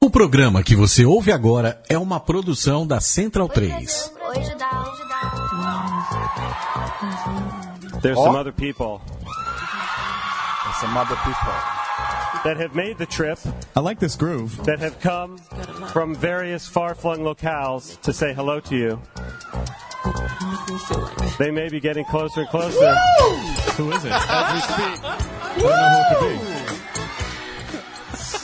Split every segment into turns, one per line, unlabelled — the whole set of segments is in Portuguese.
O programa que você ouve agora é uma produção da Central 3.
Hoje dá, hoje dá.
There's
Oh.
some other people
Some other people.
that have made the trip,
I like this groove.
that have come from various far flung locales to say hello to you. They may be getting closer and closer.
Who is it?
As we speak,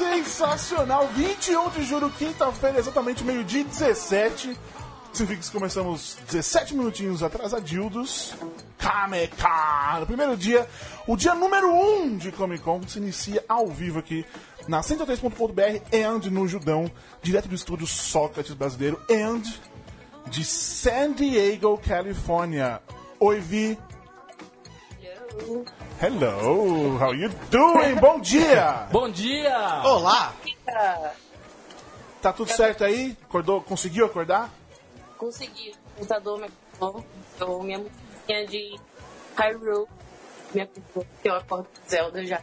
Sensacional! 21 de julho, quinta-feira, exatamente meio-dia e 17. Significa que começamos 17 minutinhos atrasadildos. Kameka! No primeiro dia, o dia número 1 um de Comic Con se inicia ao vivo aqui na 103.br and no Judão, direto do estúdio Sócrates Brasileiro and de San Diego, Califórnia. Oi, Vi. Hello, how you doing? Bom dia!
Bom dia!
Olá!
Tá tudo certo aí? Acordou? Conseguiu acordar?
consegui. O computador me acordou. Eu, minha musiquinha de Hyrule me acordou. que Eu acordo com Zelda já.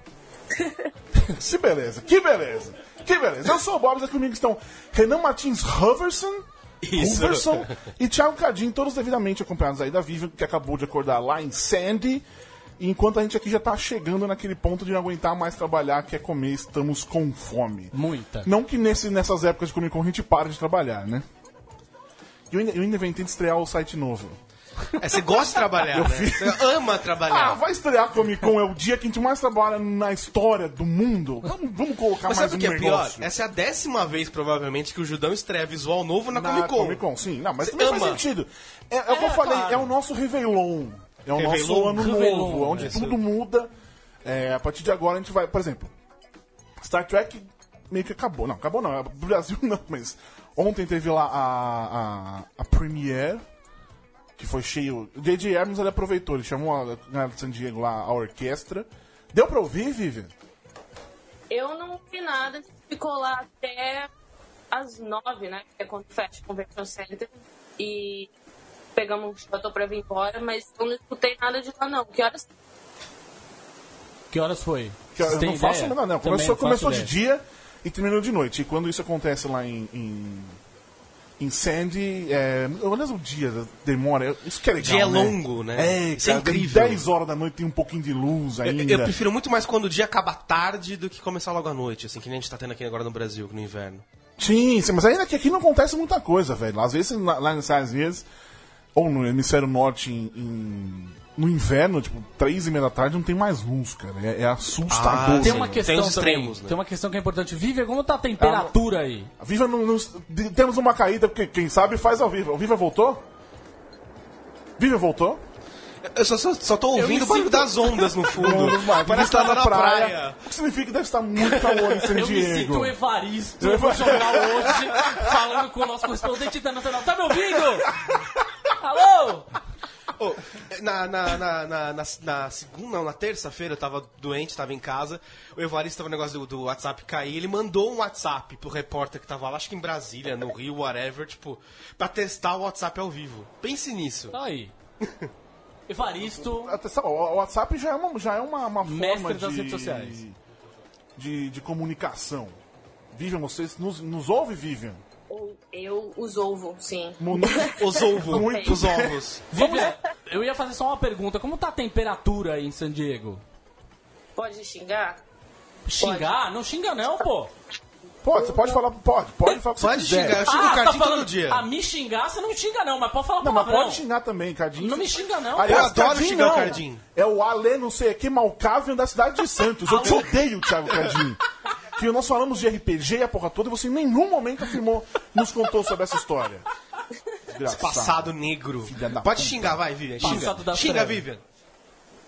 Que beleza, que beleza, que beleza. Eu sou o Bob, aqui comigo estão Renan Martins Hoverson,
Isso.
Hoverson e Thiago Cadinho, todos devidamente acompanhados aí da Vivian, que acabou de acordar lá em Sandy. E Enquanto a gente aqui já tá chegando naquele ponto de não aguentar mais trabalhar, que é comer, estamos com fome.
Muita.
Não que nesse, nessas épocas de Comic Con a gente para de trabalhar, né? Eu ainda, eu ainda inventei de estrear o site novo.
É, você gosta de trabalhar, né? Você ama trabalhar.
Ah, vai estrear a Comic Con, é o dia que a gente mais trabalha na história do mundo. Vamos, vamos colocar
Mas
mais um
sabe o que é pior?
negócio.
Essa é a décima vez, provavelmente, que o Judão estreia visual novo na,
Na
Comic Con.
sim. Não, mas
Você
também faz
ama.
sentido. É, é o que eu falei, é o nosso Réveillon. É o nosso
Réveillon?
ano
Réveillon,
novo, onde
é isso.
tudo muda. É, a partir de agora a gente vai, por exemplo, Star Trek meio que acabou. Não, acabou não. é pro Brasil não, mas ontem teve lá a, a, a Premiere, que foi cheio. O J.J. Abrams ele aproveitou, ele chamou a galera de San Diego lá, a orquestra. Deu pra ouvir, Vivian?
Eu não vi nada, ficou lá até as nove, né? Que é quando fecha o Convention Center. E pegamos um shuttle pra vir embora, mas eu não escutei nada de lá, não. Que horas?
Que horas foi?
Que eu
Vocês têm
não faço
ideia?
nada, não.
Também
Começou,
não faço
começou de
ideia.
dia e terminou de noite. E quando isso acontece lá em. em... Em Sandy, é, olha o dia, demora. Isso que é legal.
dia é
né?
longo, né?
É,
Isso é
cara, tem
incrível.
10 horas da noite tem um pouquinho de luz
Eu,
ainda.
eu prefiro muito mais quando o dia acaba tarde do que começar logo à noite, assim, que nem a gente tá tendo aqui agora no Brasil, no inverno.
Sim, sim, mas ainda que aqui não acontece muita coisa, velho. Às vezes, na- lá nessas às vezes, ou no hemisfério norte, em, em- no inverno, tipo, três e meia da tarde, não tem mais luz, cara. É, é assustador.
Ah,
Tem
Sim,
uma
tem
questão
os extremos,
também,
né?
Tem uma questão que é importante. Vive, como tá a temperatura aí?
Viva, não, não- de- temos uma caída, porque quem sabe faz ao vivo. O Viva voltou? Viva voltou?
Eu só, só, só tô ouvindo o barulho das ondas no fundo.
Deve
Parece que tá na praia.
O que significa que deve estar muito calor em San
Eu me sinto
Diego.
o Evaristo, eu vou jogar hoje, falando com o nosso correspondente internacional. Tá me ouvindo? Alô?
Ô, na, na, na, na, na- na segunda, não, na terça-feira eu tava doente, tava em casa. O Evaristo tava no negócio do, do WhatsApp cair. Ele mandou um WhatsApp pro repórter que tava lá, acho que em Brasília, no Rio, whatever, tipo, pra testar o WhatsApp ao vivo. Pense nisso.
Tá Aí. Evaristo,
Atenção, o o WhatsApp já é uma, já é uma, uma
Mestre
forma
das
de,
redes sociais.
De, de comunicação. Vivian, vocês nos, nos ouve, Vivian?
Ou eu os ovo, sim.
Muito.
Os ovos,
Muito.
os ovos.
vamos... eu ia fazer só uma pergunta. Como tá a temperatura aí em San Diego?
Pode xingar?
Xingar? Não xinga não, pô.
Pode, você pode falar, pode, pode falar o que você
Pode
quiser.
xingar, eu xingo o
tá
Cardinho
falando...
todo dia.
A me xingar, você não xinga não, mas pode falar
Não, mas
palavrão.
pode xingar também, Cardinho.
Não me xinga não,
Aliás,
Eu adoro
Cardinho
xingar o
não.
Cardinho.
É o Ale não sei que Malcável da cidade de Santos. Eu te odeio, Thiago Cardinho. Que nós falamos de RPG e a porra toda e você em nenhum momento afirmou, nos contou sobre essa história. Desgraçado.
Passado negro.
da
Pode
puta.
xingar, vai, Vivian.
Passado
Xinga,
das
xinga
trevas.
Vivian.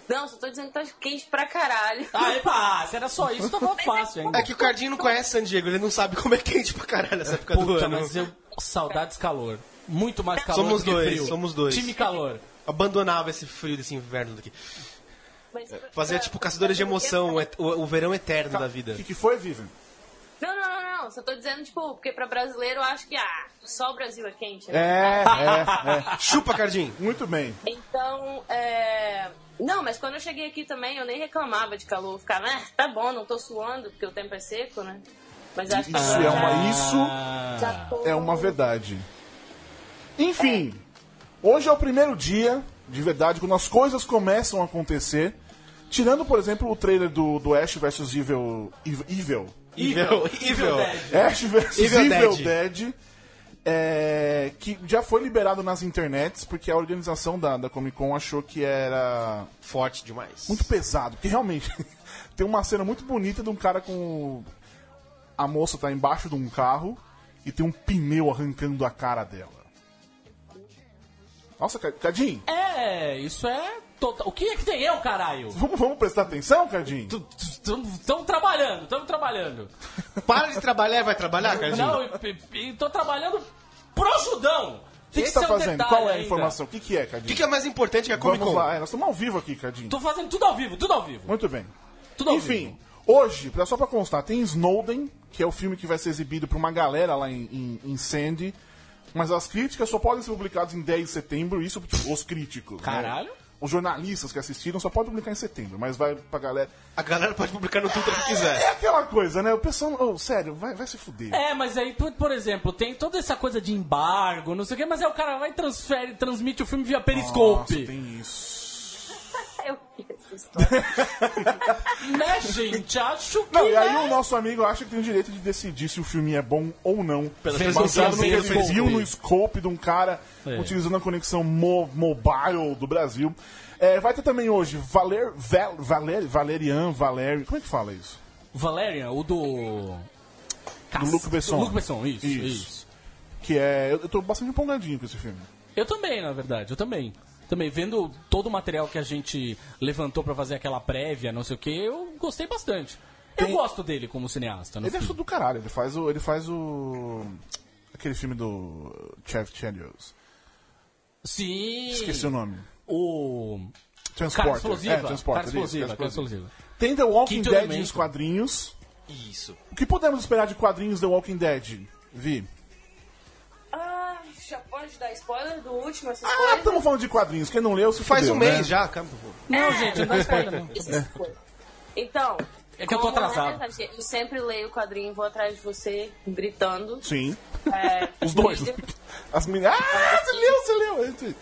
Não, só tô dizendo que tá quente pra caralho.
Ah, epa, se era só isso, tava fácil ainda.
É que o Cardinho não conhece San Diego, ele não sabe como é quente pra caralho essa época do
Puta,
ano.
mas eu. Saudades calor. Muito mais calor
Somos
do que
dois,
frio.
somos dois.
Time calor.
Abandonava esse frio desse inverno daqui.
Mas-
Fazia tipo caçadores de emoção, o- o verão eterno da vida.
O que, que foi, Vivian?
Não, não, não, não. Só tô dizendo, tipo, porque pra brasileiro eu acho que, ah, só o Brasil é quente, né?
É, é, é.
Chupa, Cardinho!
Muito bem.
Então, é... Não, mas quando eu cheguei aqui também, eu nem reclamava de calor. Eu ficava, ah, tá bom, não tô suando, porque o tempo é seco, né? Mas acho que
Isso
agora
é uma,
já-
isso
já tô-
é uma verdade. Enfim, hoje é o primeiro dia, de verdade, quando as coisas começam a acontecer. Tirando, por exemplo, o trailer do, do Ash vs Evil. Ev- Evil.
Evil, evil.
Ash vs
Evil
Evil,
Dead.
Dead. é, que já foi liberado nas internets, porque a organização da, da Comic Con achou que era
Forte demais.
muito pesado, porque realmente tem uma cena muito bonita de um cara com. A moça tá embaixo de um carro e tem um pneu arrancando a cara dela. Nossa, Ca- Cadinho,
É, isso é total. O que é que tem eu, caralho?
vamos, vamos prestar atenção, Cadinho?
Estamos trabalhando, estamos trabalhando.
Para de trabalhar, vai trabalhar,
Não,
Cardinho?
e, e tô trabalhando pro Judão.
O que que
Esse
você tá
é o
fazendo?
detalhe
Qual é a
ainda.
informação? O que, que é,
O que,
Cadinho?
que é mais importante que a Comic
Vamos
Con?
lá, é, nós estamos ao vivo aqui, Cadinho.
Tô fazendo tudo ao vivo, tudo ao vivo.
Muito bem.
Tudo ao
Enfim,
vivo.
hoje, pra- só pra constar, tem Snowden, que é o filme que vai ser exibido pra uma galera lá em, em, em Sandy, mas as críticas só podem ser publicadas em 10 de setembro, isso tipo, os críticos. né?
Caralho.
Os jornalistas que assistiram só podem publicar em setembro, mas vai pra galera.
A galera pode publicar no Twitter que
É
quiser.
aquela coisa, né? O pessoal. ô, sério, vai, vai se fuder.
É, mas aí, por, por exemplo, tem toda essa coisa de embargo, não sei o quê, mas aí o cara vai e transfere, transmite o filme via Periscope.
Nossa, tem isso.
Eu vi essa história.
Né, gente? Acho que.
Não, e aí
né?
o nosso amigo acha que tem o direito de decidir se o filme é bom ou não.
vezes
baseado no que
ele
ele
fez
viu
com ele.
no scope de um cara
É.
utilizando a conexão mo- mobile do Brasil. É, vai ter também hoje Valer, Val, Valer, Valerian, Valério. Como é que fala isso?
Valerian, o do. Caça-
Luc Besson.
Luc Besson, isso,
Isso.
isso.
Que é. Eu, eu tô bastante empolgadinho com esse filme.
Eu também, na verdade, eu também. Também, vendo todo o material que a gente levantou pra fazer aquela prévia, não sei o que, eu gostei bastante. Eu gosto dele como cineasta. No
Ele é
fim.
tudo do caralho, ele faz o. Ele faz o. Aquele filme do. Chev Chelios.
Sim.
Esqueci o nome.
o.
Transporter.
Cara explosiva.
É, Transporter.
cara
isso,
explosiva,
Cara
cara
Explosiva.
explosiva.
Tem The Walking
Quinto
Dead
Elemento.
nos quadrinhos.
Isso.
O que podemos esperar de quadrinhos The Walking Dead? Vi.
Ah, já pode dar spoiler do último, essas
Ah,
coisas?
estamos falando de quadrinhos. Quem não leu, se
Faz
fudeu,
um mês
né?
já, acabou.
Então
Não, gente, não dá spoiler, não.
Essas coisas. é Então.
É que eu tô
como, né,
atrasado.
Tati, eu sempre leio o quadrinho e vou atrás de você, gritando.
Sim.
É,
um
Os dois.
Negan-
As meninas. Ah, você leu, você leu. Entre-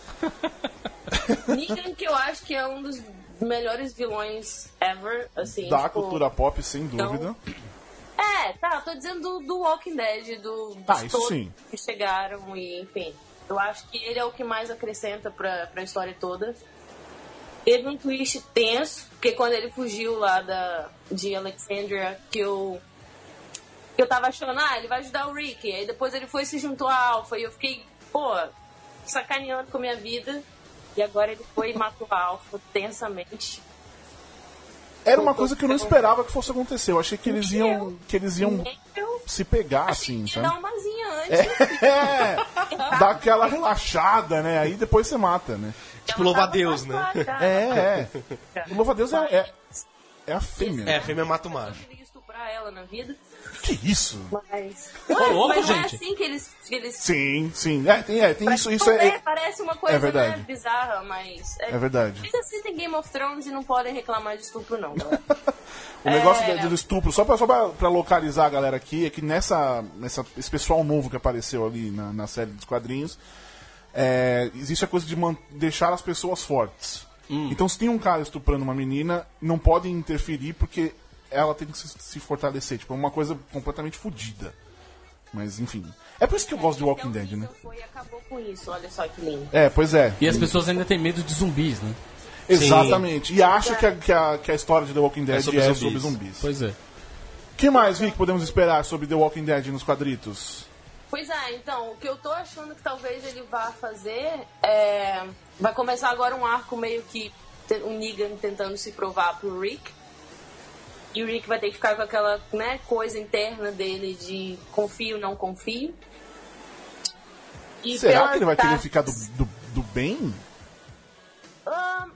Negan, que eu acho que é um dos melhores vilões ever, assim.
Da
tipo,
cultura pop, sem dúvida.
É, tá, eu tô dizendo do, do Walking Dead, do dos
Ah, isso
todos
sim.
que chegaram e enfim. Eu acho que ele é o que mais acrescenta pra, pra história toda. Teve um twist tenso, porque quando ele fugiu lá da, de Alexandria, que eu, que eu tava achando, ah, ele vai ajudar o Rick. Aí depois ele foi e se juntou à Alpha e eu fiquei, pô, sacaneando com a minha vida. E agora ele foi e matou a Alpha tensamente.
Era uma coisa que eu não esperava que fosse acontecer. Eu achei que eles iam. Que eles iam
Nem eu
se pegar, é um assim,
ia dar
sabe?
uma mazinha antes.
É. Dá aquela relaxada, né? Aí depois você mata, né?
Tipo,
tá
louva a Deus, né?
É, é. O Louva a Deus é, é, é a fêmea.
É, a fêmea mata o macho.
queria estuprar ela na vida,
Que isso?
mas.
louco,
mas não é
gente.
assim que eles. Que eles
Sim, sim. É, tem, é, tem isso. Isso
Tudo bem,
é,
Parece uma coisa
É verdade.
né, bizarra, mas.
é verdade.
Eles assistem Game of Thrones e não podem reclamar de estupro, não, galera.
O um negócio
É.
do, do estupro, só pra, só pra- pra localizar a galera aqui, é que nessa, nessa, esse pessoal novo que apareceu ali na, na série dos quadrinhos, é, existe a coisa de man- deixar as pessoas fortes. Então, se tem um cara estuprando uma menina, não pode interferir porque ela tem que se, se fortalecer. Tipo, é uma coisa completamente fodida. Mas, enfim. É por isso que eu gosto de Walking
Então,
Dead, né?
Diesel Foi e acabou com isso, olha só que lindo.
É, pois é.
E as pessoas ainda têm medo de zumbis, né?
Exatamente. E acha que a, que, a, que a história de The Walking Dead é
sobre
sobre zumbis.
zumbis.
Pois é.
O que mais, Vic, podemos esperar sobre The Walking Dead nos quadritos?
Pois é, então, o que eu tô achando que talvez ele vá fazer é. Vai começar agora um arco meio que. te- O Negan tentando se provar pro Rick. E o Rick vai ter que ficar com aquela né, coisa interna dele de confio, não confio. E
Será
pela
que ele vai querer
tá-
ficar do, do, do bem?
Ah,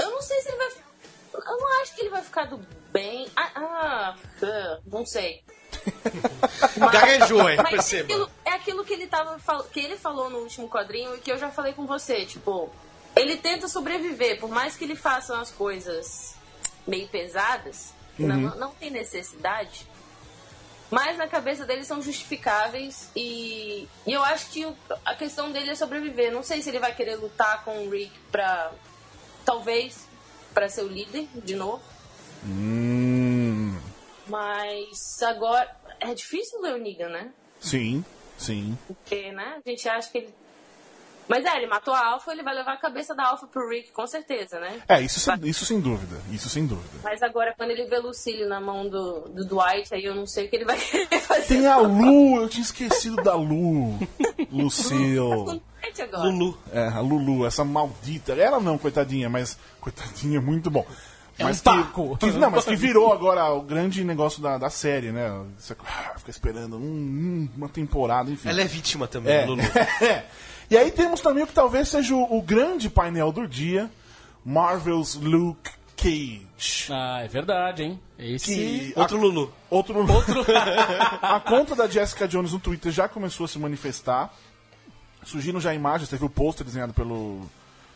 eu não sei se ele vai. Eu não acho que ele vai ficar do bem. Ah, ah, ah, não sei. Mas-
Gaguejou, hein?
mas é
Perceba.
aquilo, é aquilo que ele tava fal- que ele falou no último quadrinho e que eu já falei com você, tipo, ele tenta sobreviver, por mais que ele faça umas
Uhum.
coisas meio pesadas, que não, não tem necessidade. Mas na cabeça dele são justificáveis e, e eu acho que o- a questão dele é sobreviver. Não sei se ele vai querer lutar com o Rick pra. talvez pra ser o líder de novo. Mas agora. É difícil o Leoniga, né?
Sim, sim.
Porque, né? A gente acha que ele. Mas é, ele matou a Alpha, ele vai levar a cabeça da Alpha pro Rick, com certeza, né?
É, isso sem, isso sem dúvida. Isso sem dúvida.
Mas agora, quando ele vê Lucille na mão do, do Dwight, aí eu não sei o que ele vai querer fazer.
Tem a Lu, eu tinha esquecido da Lu. Lucille.
Acontece agora.
Lulu.
É, a Lulu, essa maldita. Ela não, coitadinha, mas. Coitadinha, muito bom.
É
Mas
um
que,
taco.
que- não, mas que virou agora o grande negócio da, da série, né? Você ah, fica esperando um- um- uma temporada, enfim.
Ela é vítima também,
É.
Lulu.
É. E aí temos também o que talvez seja o, o grande painel do dia: Marvel's Luke Cage.
Ah, é verdade, hein? Esse.
Que
Outro Lulu.
Outro, outro... a conta da Jessica Jones no Twitter já começou a se manifestar. Surgiram já imagens, teve o pôster desenhado pelo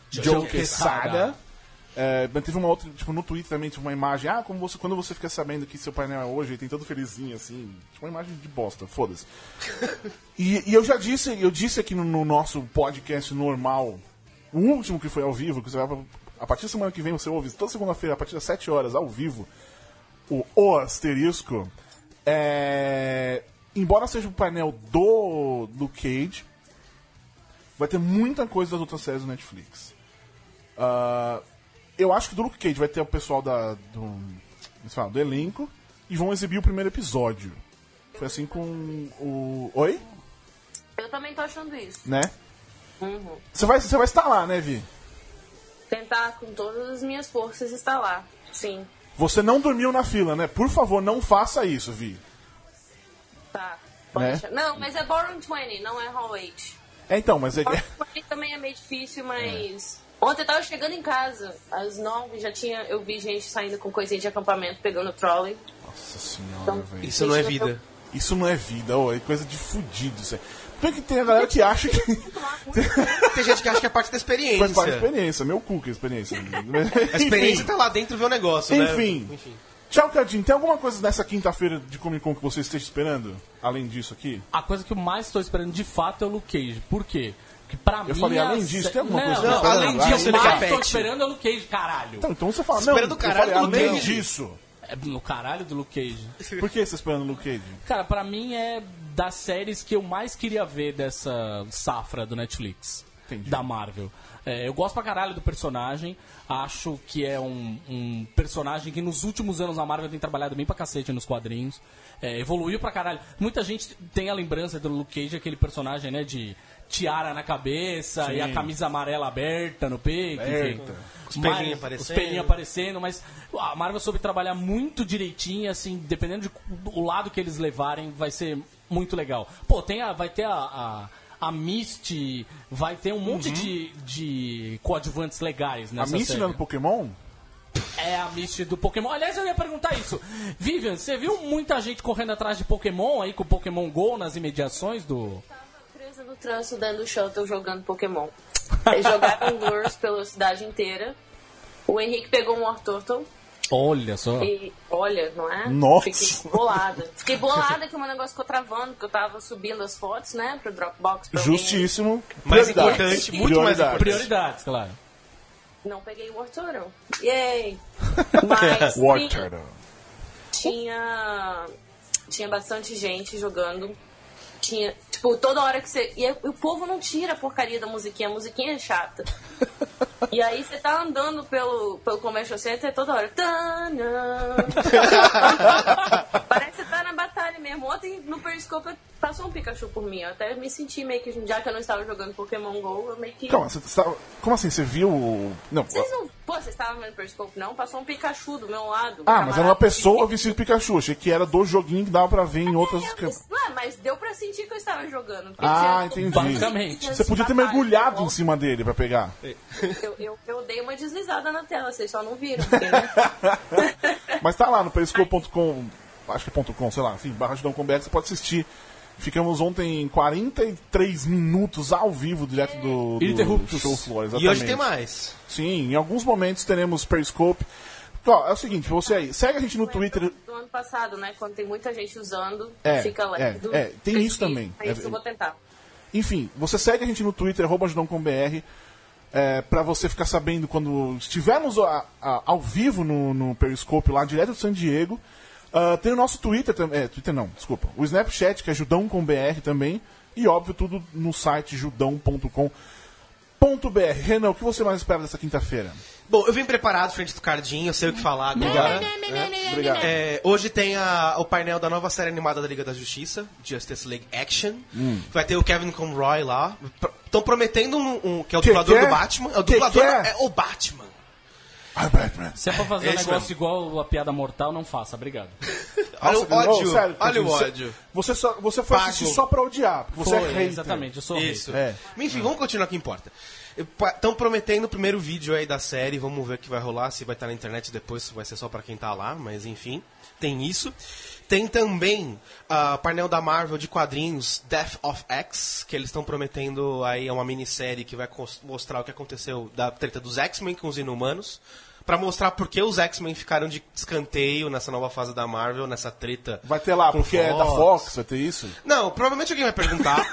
Joe
Joe
Quesada.
Quesada.
É, mas teve uma outra, tipo, no Twitter também, tipo, uma imagem, ah, como você, quando você fica sabendo que seu painel é hoje, tem todo felizinho, assim, tipo, uma imagem de bosta, foda-se. E, e eu já disse, eu disse aqui no, no nosso podcast normal, o último que foi ao vivo, que você vai pra- a partir da semana que vem você ouve, toda segunda-feira, a partir das 7 horas, ao vivo, o O asterisco. É, embora seja o painel do, do Cage, vai ter muita coisa das outras séries do Netflix. Ah, eu acho que do Luke Cage vai ter o pessoal da, do, como se fala, do elenco e vão exibir o primeiro episódio. Foi assim com o. Oi?
Eu também tô achando isso.
Né?
Uhum.
Você vai, você vai estar lá, né, Vi?
Tentar com todas as minhas forças estar lá. Sim,
Você não dormiu na fila, né? Por favor, não faça isso, Vi.
tá. Pode
Né?
deixar. Não, mas é Ballroom 20, não é Hall 8.
É, então, mas é.
Ballroom 20 também é meio difícil, mas. Ontem eu tava chegando em casa, às nove já tinha. Eu vi gente saindo com coisinha de acampamento, pegando trolley.
Nossa senhora,
Então,
velho.
Isso não é vida.
Isso não é vida, ó, é coisa de fudido isso aí. Por que tem a galera que acha que
Tem gente que acha que é parte da experiência.
faz parte da experiência? Meu cu que é experiência.
A experiência tá lá dentro ver o negócio, né?
Enfim. Tchau, Cadinho. Tem alguma coisa nessa quinta-feira de Comic Con que você esteja esperando? Além disso aqui?
A coisa que eu mais tô esperando de fato é o Luke Cage. Por quê? Porque pra mim. é
Eu falei,
a
além
sé-
disso, tem alguma
não,
coisa que
Não,
você tá
além
esperando?
disso,
Ele
eu mais
repete.
tô esperando é o Luke Cage, caralho.
Então, então você fala, não,
Espera do
eu
caralho
falei,
do
além
Luke Cage.
disso.
É no caralho do Luke Cage.
Por que você está esperando o Luke Cage?
Cara, pra mim é das séries que eu mais queria ver dessa safra do Netflix.
Entendi.
Da Marvel. É, eu gosto pra caralho do personagem. Acho que é um, um personagem que nos últimos anos a Marvel tem trabalhado bem pra cacete nos quadrinhos. É, evoluiu pra caralho. Muita gente tem a lembrança do Luke Cage, aquele personagem, né, de tiara na cabeça e a camisa amarela aberta no peito. enfim.
Aberta.
Os pelinhos
Mas- Os
aparecendo.
pelinhos aparecendo, mas a Marvel soube trabalhar muito direitinho, assim, dependendo de cu- do lado que eles levarem, vai ser muito legal. Pô, tem a, vai ter a, a, a Misty, vai ter um monte de, de coadjuvantes legais
A
nessa
Misty
série.
não é do Pokémon?
É a Misty do Pokémon. Aliás, eu ia perguntar isso. Vivian, você viu muita gente correndo atrás de Pokémon aí com o Pokémon GO nas imediações do...
Presa no trânsito dentro do shuttle jogando Pokémon. Eles jogaram Lures pela cidade inteira. O Henrique pegou um Ortortle.
Olha só.
E olha, não é?
Nossa.
Fiquei bolada. Fiquei bolada que o meu negócio ficou travando, que eu tava subindo as fotos, né, pro Dropbox. pra alguém.
Justíssimo.
Mais
Prioridade.
importante, muito mais
Prioridade.
importante.
Prioridades, claro.
Não peguei o Ortortle. Yay!
é
Mas sim,
Water. né?
tinha, tinha bastante gente jogando. Tinha, tipo, toda hora que você. E aí o povo não tira a porcaria da musiquinha, a musiquinha é chata. E aí você tá andando pelo, pelo Convention Center toda hora. Tanã. Parece que você tá na batalha mesmo. Ontem no Periscope passou um Pikachu por mim. Eu até me senti meio que, já que eu não estava jogando Pokémon GO, eu meio que.
Calma, você tá- como assim? Você viu. o- Não.
Vocês não. Pô, vocês estavam vendo o Periscope, não? Passou um Pikachu do meu lado. um
Ah, mas era uma
camarada.
pessoa vestida de Pikachu. Achei que era do joguinho que dava pra ver em outras
É,
câmeras.
mas- Ué, mas deu pra sentir que eu estava jogando. porque é
Ah,
tinha-
entendi.
Basicamente.
Você podia ter mergulhado em cima dele pra pegar.
tá Eu, eu, eu dei uma deslizada na tela, vocês só não viram. porque, né?
Mas tá lá no periscope.com, acho que ponto .com, sei lá, enfim, barra de Dom Combeck, você pode assistir. Ficamos ontem em 43 minutos ao vivo, direto do, do
Ininterruptos.
show Flores.
E hoje tem mais.
Sim, em alguns momentos teremos Periscope. Ó, é o seguinte, você aí, segue a gente no Twitter.
Do ano passado, né? Quando tem muita gente usando,
É,
fica
é,
lento.
é, tem isso também.
É isso que eu vou tentar.
Enfim, você segue a gente no Twitter, arroba ajudão.com.br, é, pra você ficar sabendo quando estivermos a- a- ao vivo no, no Periscope lá, direto de San Diego. Ah, tem o nosso Twitter também. É, Twitter não, desculpa. O Snapchat, que é judão.com.br também. E óbvio, tudo no site judão.com.br. Renan, o que você mais espera dessa quinta-feira?
Bom, eu vim preparado frente do cardinho, eu sei o que falar agora.
Obrigado.
É, hoje tem a- o painel da nova série animada da Liga da Justiça, Justice League Action.
Hum.
Vai ter o Kevin Conroy lá. Estão prometendo um, um- que é o
Que
dublador
que é?
do Batman. É o
Que
dublador
que é?
é o Batman.
Ai, Batman.
Se é pra fazer
É
um
isso
negócio
mesmo.
igual a piada mortal, não faça, obrigado.
Olha
Nossa,
o
Fernando,
ódio.
sério,
Olha o
você-
ódio.
Você, só, você foi
Pago.
assistir só pra odiar, porque você é
Foi,
hater.
exatamente, eu sou
Isso.
hater.
É.
Enfim, vamos continuar o que importa. Estão prometendo o primeiro vídeo aí da série, vamos ver o que vai rolar, se vai estar na internet depois, se vai ser só pra quem tá lá, mas enfim, tem isso. Tem também o painel da Marvel de quadrinhos Death of X, que eles estão prometendo aí, é uma minissérie que vai cos- mostrar o que aconteceu da treta dos X-Men com os inumanos, pra mostrar por que os X-Men ficaram de escanteio nessa nova fase da Marvel, nessa treta.
Vai ter lá,
com
porque é da Fox, vai ter isso.
não, provavelmente alguém vai perguntar.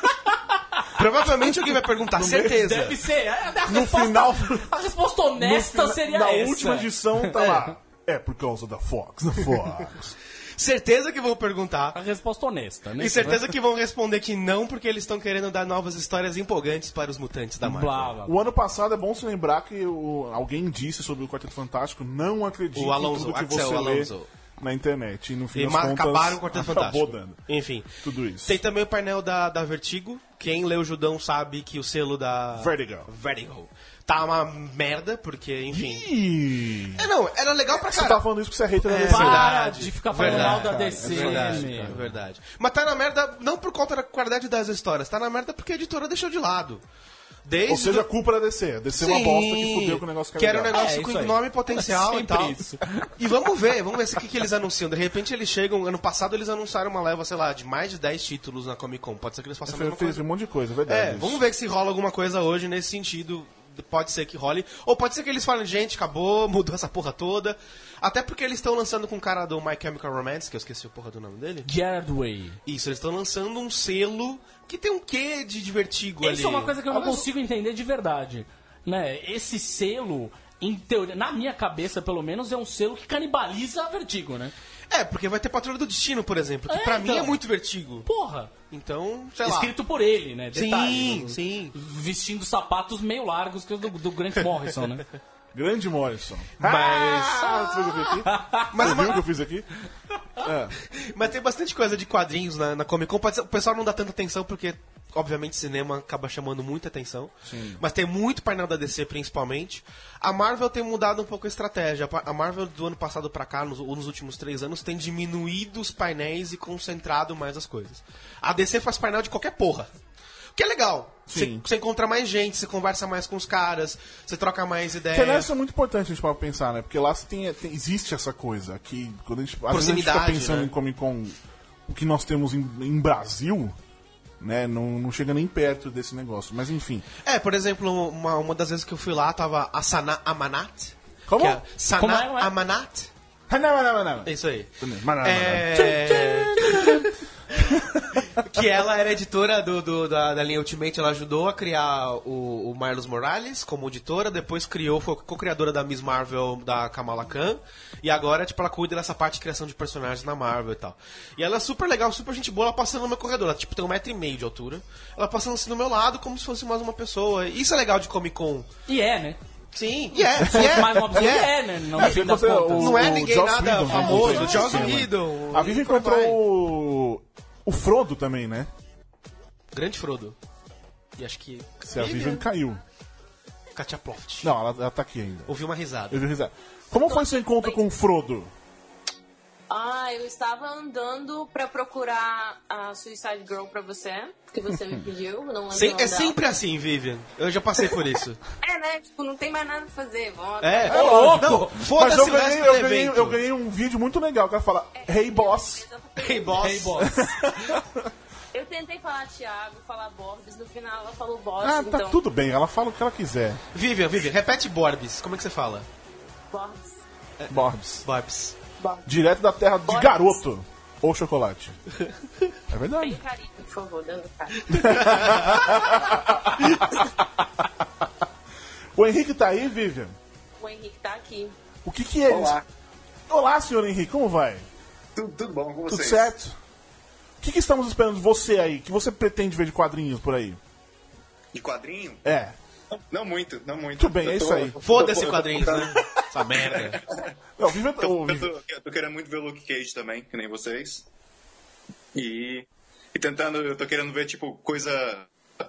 provavelmente alguém vai perguntar, certeza.
Deve ser. A, a
No
resposta,
final-
a resposta honesta
Então
No fina-
seria
Na
essa.
última edição tá lá. É por causa da Fox, da Fox.
Certeza que vão perguntar.
A resposta honesta, né?
E certeza que vão responder que não, porque eles estão querendo dar novas histórias empolgantes para os mutantes da Marvel.
Blá, blá, blá.
o ano passado é bom se lembrar que o- alguém disse sobre o Quarteto Fantástico, não acredito
O Alonso,
em tudo que
Axel
você
Alonso.
lê na internet. E no fim
E
das
mar-
contas,
acabaram o Quarteto
acabou
Fantástico.
dando.
Enfim.
Tudo isso.
Tem também o painel da, da Vertigo. Quem lê o Judão sabe que o selo da...
Vertigo.
Vertigo. Tá uma merda, porque, enfim...
Ih,
É, não, era legal pra
você
caralho.
tá falando isso porque você é hater da DC.
Para de ficar falando
Verdade,
mal da
cara,
DC,
É verdade,
meu.
cara, é verdade. Mas tá na merda não por conta da qualidade das histórias, tá na merda porque a editora deixou de lado. Desde
Ou seja, a culpa da DC. A DC é uma
Sim,
bosta que fudeu com o negócio que,
era um
legal.
negócio
É,
com
isso aí.
enorme potencial e
Sempre
tal.
isso.
E vamos ver, vamos ver se- o que, que eles anunciam. De repente eles chegam, ano passado eles anunciaram uma leva, sei lá, de mais de 10 títulos na Comic Con. Pode ser que eles façam a mesma
Fez, fez
coisa.
um monte de coisa, é verdade.
É,
isso.
vamos ver se rola alguma coisa hoje nesse sentido. Pode ser que role. Ou pode ser que eles falem, gente, acabou, mudou essa porra toda. Até porque eles estão lançando com o cara do My Chemical Romance, que eu esqueci o porra do nome dele.
Gerard Way.
Isso, eles estão lançando um selo que tem um quê de divertido ali.
Isso é uma coisa que eu não
Olha só.
consigo entender de verdade. Né? Esse selo, em teoria, na minha cabeça, pelo menos, é um selo que canibaliza a Vertigo, né?
É, porque vai ter Patrulha do Destino, por exemplo, que
É,
pra
então.
mim é muito vertigo.
Porra!
Então, sei lá.
Escrito por ele, né? Detalhe,
Sim,
do-
sim.
Vestindo sapatos meio largos que é do, do Grant Morrison, né?
Grande Morrison.
Mas,
Ah, você viu o que eu fiz aqui?
Mas
Você
uma-
viu o que eu fiz aqui?
mas tem bastante coisa de quadrinhos na, na Comic Con. Pode ser- O pessoal não dá tanta atenção porque, obviamente, cinema acaba chamando muita atenção. Mas tem muito painel da DC, principalmente. A Marvel tem mudado um pouco a estratégia. A pa- A Marvel do ano passado pra cá, nos, ou nos últimos três anos, tem diminuído os painéis e concentrado mais as coisas. A DC faz painel de qualquer porra. O que é legal. Você
Sim.
você encontra mais gente, você conversa mais com os caras, você troca mais ideias.
Porque lá isso é muito importante a gente para pensar, né? Porque lá você tem, tem- existe essa coisa que quando a gente, às vezes a gente fica
Proximidade,
pensando
né?
em Comic Con, o que nós temos em, em Brasil, né? Não, não chega nem perto desse negócio. Mas enfim.
É, por exemplo, uma, uma das vezes que eu fui lá tava a Sana Amanat.
Como?
Que é Sana
Como é, ué?
Amanat.
Ah, não, não, não, não.
É isso aí.
Maná,
É... que ela era editora do, do- da, da linha Ultimate, ela ajudou a criar o, o Marlos Morales como editora, depois criou, foi co-criadora da Miss Marvel, da Kamala Khan, e agora, tipo, ela cuida dessa parte de criação de personagens na Marvel e tal. E ela é super legal, super gente boa, ela passando no meu corredor, ela, tipo, tem um metro e meio de altura, ela passando assim do meu lado, como se fosse mais uma pessoa. Isso é legal de Comic Con.
E é, né?
Sim, e é,
Se
e
fosse
é,
mais uma
e
pessoa,
é.
é, né? Não, no fim das
você-
contas.
o-
Não é
o
ninguém
Joss
nada
Whedon,
famoso,
né?
Joss
Sim,
Whedon.
A Vivi um
e por aí
encontrou
vai.
o, o Frodo também, né?
Grande Frodo. E acho que.
Se a Vivian caiu.
Katia Ploft.
Não, ela, ela tá aqui ainda.
Ouvi uma risada.
Eu vi risada. Como foi seu encontro com o Frodo?
Ah, eu estava andando pra procurar a Suicide Girl pra você, que você me pediu. Não lembro
Sem-
o nome
é
dela.
sempre assim, Vivian. Eu já passei por isso.
É, né? Tipo, não tem mais nada pra fazer. Vamos
É,
atrás.
lógico.
não,
Mas eu
foda-se o
ganhei,
resto do
eu, ganhei,
evento.
eu ganhei um vídeo muito legal que ela fala, Hey Boss.
Hey, boss.
Hey, boss.
Eu tentei falar Thiago, falar Borbes, no final ela falou Borbes,
Ah, tá
então
tudo bem, ela fala o que ela quiser.
Vivian, Vivian, repete Borbs. Como é que você fala?
Borbes.
Borbs. Borbs.
Direto da terra de
Boris.
garoto. Ou chocolate. É verdade.
Dando carinho, por favor, dando carinho.
O Henrique tá aí, Vivian?
O Henrique tá aqui.
O que que é
Olá.
isso? Olá, senhor Henrique, como vai?
Tudo, tudo bom com vocês?
Tudo certo? O que, que estamos esperando de você aí? O que você pretende ver de quadrinhos por aí?
De quadrinho?
É.
Não muito, não muito.
Tudo bem,
Eu
é
tô-
isso aí.
Foda-se
eu tô-
quadrinhos, né? Essa merda.
Não, Vivian, ô,
Eu tô, eu,
Vivian,
tô, eu tô querendo muito ver o Luke Cage também, que nem vocês. E, e tentando, eu tô querendo ver, tipo, coisa.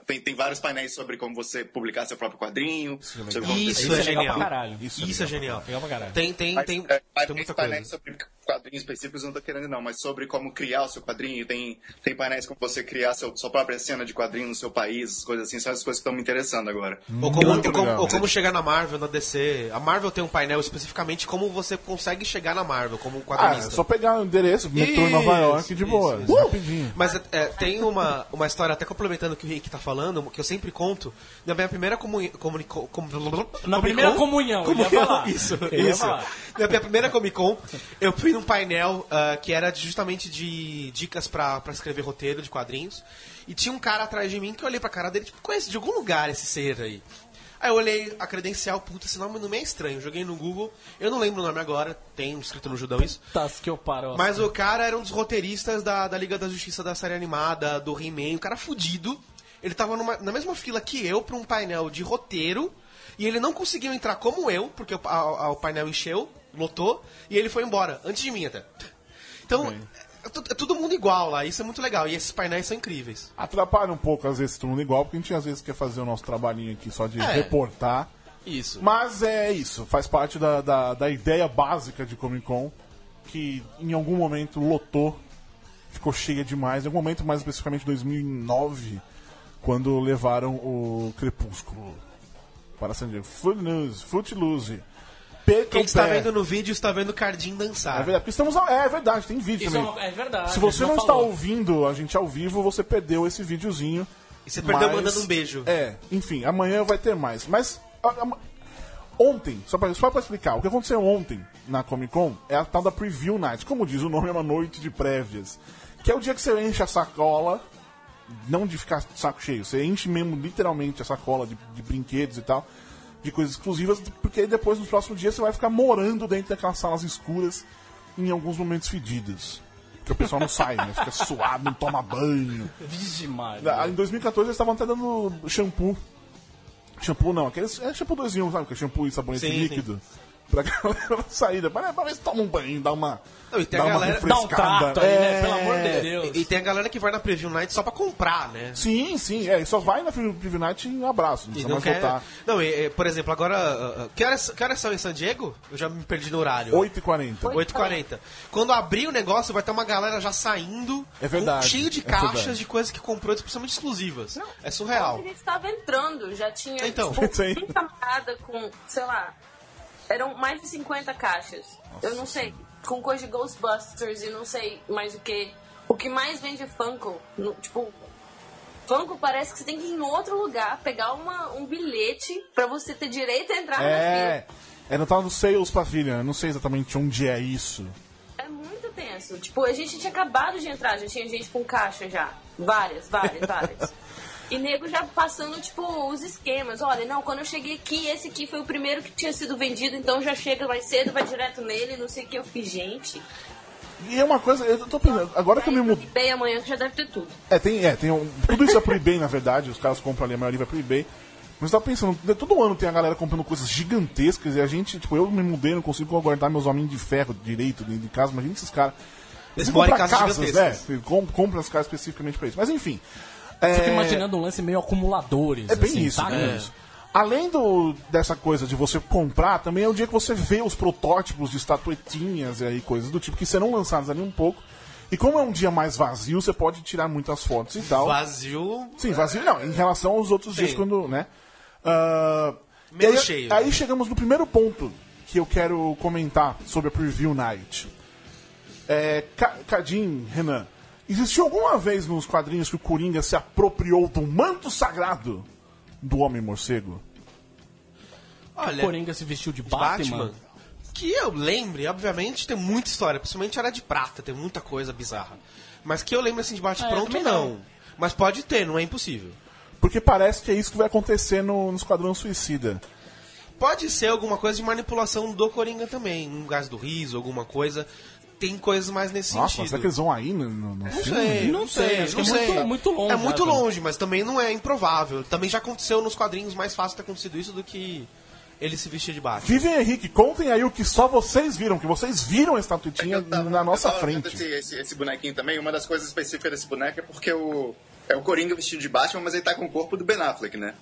Tem, tem vários painéis sobre como você publicar seu próprio quadrinho. sobre como você-
Isso é
legal
genial.
pra caralho.
Isso, é genial.
Legal pra caralho.
Tem, tem,
Mas,
tem,
é, mas
tem muita
painéis
coisa.
sobre quadrinhos específicos eu não tô querendo não, mas sobre como criar o seu quadrinho, tem, tem painéis como você criar seu- sua própria cena de quadrinho no seu país, coisas assim, são as coisas que estão me interessando agora.
Ou como,
Muito
ou como-
legal.
ou como chegar na Marvel, na DC. A Marvel tem um painel especificamente como você consegue chegar na Marvel, como um
Ah,
quadrinista.
é só pegar o endereço, metrô em Nova
Isso,
York, de
isso,
boa.
isso.
Rapidinho.
Mas é, é, tem uma, uma história, até complementando o que o Rick tá falando, que eu sempre conto. Na minha primeira comunhão.
Na primeira comunhão, ele ia falar.
Isso,
Ele ia
isso.
falar.
Na minha primeira Comic Con, eu fui num painel ah, que era de- justamente de dicas pra, pra escrever roteiro de quadrinhos. E tinha um cara atrás de mim que eu olhei pra cara dele, tipo, conhece de algum lugar esse ser aí. Aí eu olhei a credencial, puta, esse nome não é estranho. Joguei no Google, eu não lembro o nome agora, tem um escrito no Judão isso.
Putas que eu paro.
Mas o cara era um dos roteiristas da, da Liga da Justiça da série animada, do He-Man, um cara fudido. Ele tava numa- na mesma fila que eu pra um painel de roteiro. E ele não conseguiu entrar como eu, porque o, pa- a- a- o painel encheu, lotou, e ele foi embora, antes de mim até. Então, é, tu- é todo mundo igual lá, isso é muito legal. E esses painéis são incríveis.
Atrapalha um pouco, às vezes, todo mundo igual, porque a gente às vezes quer fazer o nosso trabalhinho aqui só de
É.
reportar.
Isso.
Mas é isso, faz parte da, da, da ideia básica de Comic Con, que em algum momento lotou, ficou cheia demais, em algum momento, mais especificamente 2009, quando levaram o Crepúsculo para San Diego. Footloose, Footloose. Perca
Quem
o
tá
está
então, pé.
vendo no vídeo está vendo o Cardim
É
dançar.
verdade, porque estamos ao- é verdade, tem vídeo
Isso é,
também.
uma- é verdade.
Se você
ele
não, está
falou.
ouvindo a gente ao vivo, você perdeu esse videozinho.
E você perdeu
Mas-
mandando um beijo.
É, enfim, amanhã vai ter mais. Mas a- a- ontem, só pra, só pra explicar, o que aconteceu ontem na Comic Con é a tal da Preview Night. Como diz o nome, é uma noite de prévias. Que é o dia que você enche a sacola, não de ficar saco cheio, você enche mesmo literalmente a sacola de, de brinquedos e tal, de coisas exclusivas, porque aí depois nos próximos dias você vai ficar morando dentro daquelas salas escuras em alguns momentos fedidos. Que o pessoal não sai, né? Fica suado, não toma banho.
Vige Maria.
Da- Em 2014 eles estavam até dando shampoo. Shampoo não, aqueles. É shampoo dozinho, sabe? Que é shampoo e sabonete
Sim, sim.
líquido. Pra galera na saída. Pra, pra ver se toma um banho, dá uma.
Não, e tem
dá
a
uma
galera-
Dá um
refrescada.
trato aí, né?
É.
Pelo amor de Deus.
E, e tem a galera que vai na Preview Night só pra comprar, né?
Sim, sim, é. Só vai na Preview Night e um abraço. Não
E
precisa
não
mais
quer...
voltar.
Não, e, e, por exemplo, agora. ah, ah, Que horas, que horas são em San Diego? Eu já me perdi no horário.
8h40.
8h40. Quando abrir o negócio, vai ter uma galera já saindo.
É verdade,
com- cheio de
é
caixas
verdade.
de coisas que comprou, especialmente exclusivas. É surreal.
A gente estava entrando, já tinha
Então.
tipo,
Sim.
um camarada com, sei lá, eram mais de 50 caixas. Eu não sei, com coisa de Ghostbusters e não sei mais o que. O que mais vende é Funko. No- tipo, Funko parece que você tem que ir em outro lugar, pegar uma, um bilhete pra você ter direito a entrar na
É.
fila.
É, não tava no Sales Pavilion. Eu não sei exatamente onde é isso.
É muito tenso. Tipo, a gente tinha acabado de entrar, já tinha gente com caixa já. Várias, várias, várias. E nego já passando, tipo, os esquemas. Olha, não, quando eu cheguei aqui, esse aqui foi o primeiro que tinha sido vendido, então já chega mais cedo, vai direto nele, não sei o que. Eu fiquei, gente.
E é uma coisa, eu tô pensando, agora que eu me
vai pro
mudei.
eBay amanhã que já deve ter tudo.
É, tem, é, tem um- tudo isso é pro eBay, na verdade, os caras compram ali, a maioria vai pro eBay. Mas eu tava pensando, de- todo ano tem a galera comprando coisas gigantescas e a gente, tipo, eu me mudei, não consigo aguardar meus homens de ferro direito dentro de casa, imagina esses caras.
Eles
Você
moram em
compra
casas gigantescas.
né? Com- Compra as casas especificamente pra isso. Mas enfim. É,
Fico imaginando um lance meio acumuladores.
é bem
assim,
isso,
saca?
né? Além do, dessa coisa de você comprar, também é o dia que você vê os protótipos de estatuetinhas e aí coisas do tipo que serão lançados ali um pouco. E como é um dia mais vazio, você pode tirar muitas fotos e tal.
Vazio.
Sim, vazio não, em relação aos outros dias
Sim.
quando, né? Ah,
Meio
e aí,
cheio. né?
Aí chegamos no primeiro ponto que eu quero comentar sobre a Preview Night. É, Ca- Cadim, Renan, existiu alguma vez nos quadrinhos que o Coringa se apropriou do manto sagrado do Homem-Morcego?
Olha,
Coringa se vestiu de Batman.
Batman. Que que eu lembre, obviamente, tem muita história, principalmente Era de Prata, tem muita coisa bizarra. Mas que eu lembro assim de
Ah, eu
bate-pronto,
também
não.
não.
Mas pode ter, não é impossível.
Porque parece que é isso que vai acontecer no, no Esquadrão Suicida.
Pode ser alguma coisa de manipulação do Coringa também, um gás do riso, alguma coisa. Tem coisas mais nesse
Nossa,
sentido.
será que eles vão aí no, no- no
Não
filme?
sei, não,
Não sei,
sei,
acho
não
que é
sei.
muito- muito longe,
É muito
né,
longe, mas também não é improvável. Também já aconteceu nos quadrinhos, mais fácil ter acontecido isso do que ele se vestir de baixo.
Vivian e Henrique, contem aí o que só vocês viram, que vocês
É
viram a estatuetinha
Eu tava-
na nossa
eu tava vendo
frente.
Esse, esse, esse bonequinho também, uma das coisas específicas desse boneco é porque o, é o Coringa vestido de Batman, mas ele tá com o corpo do Ben Affleck, né?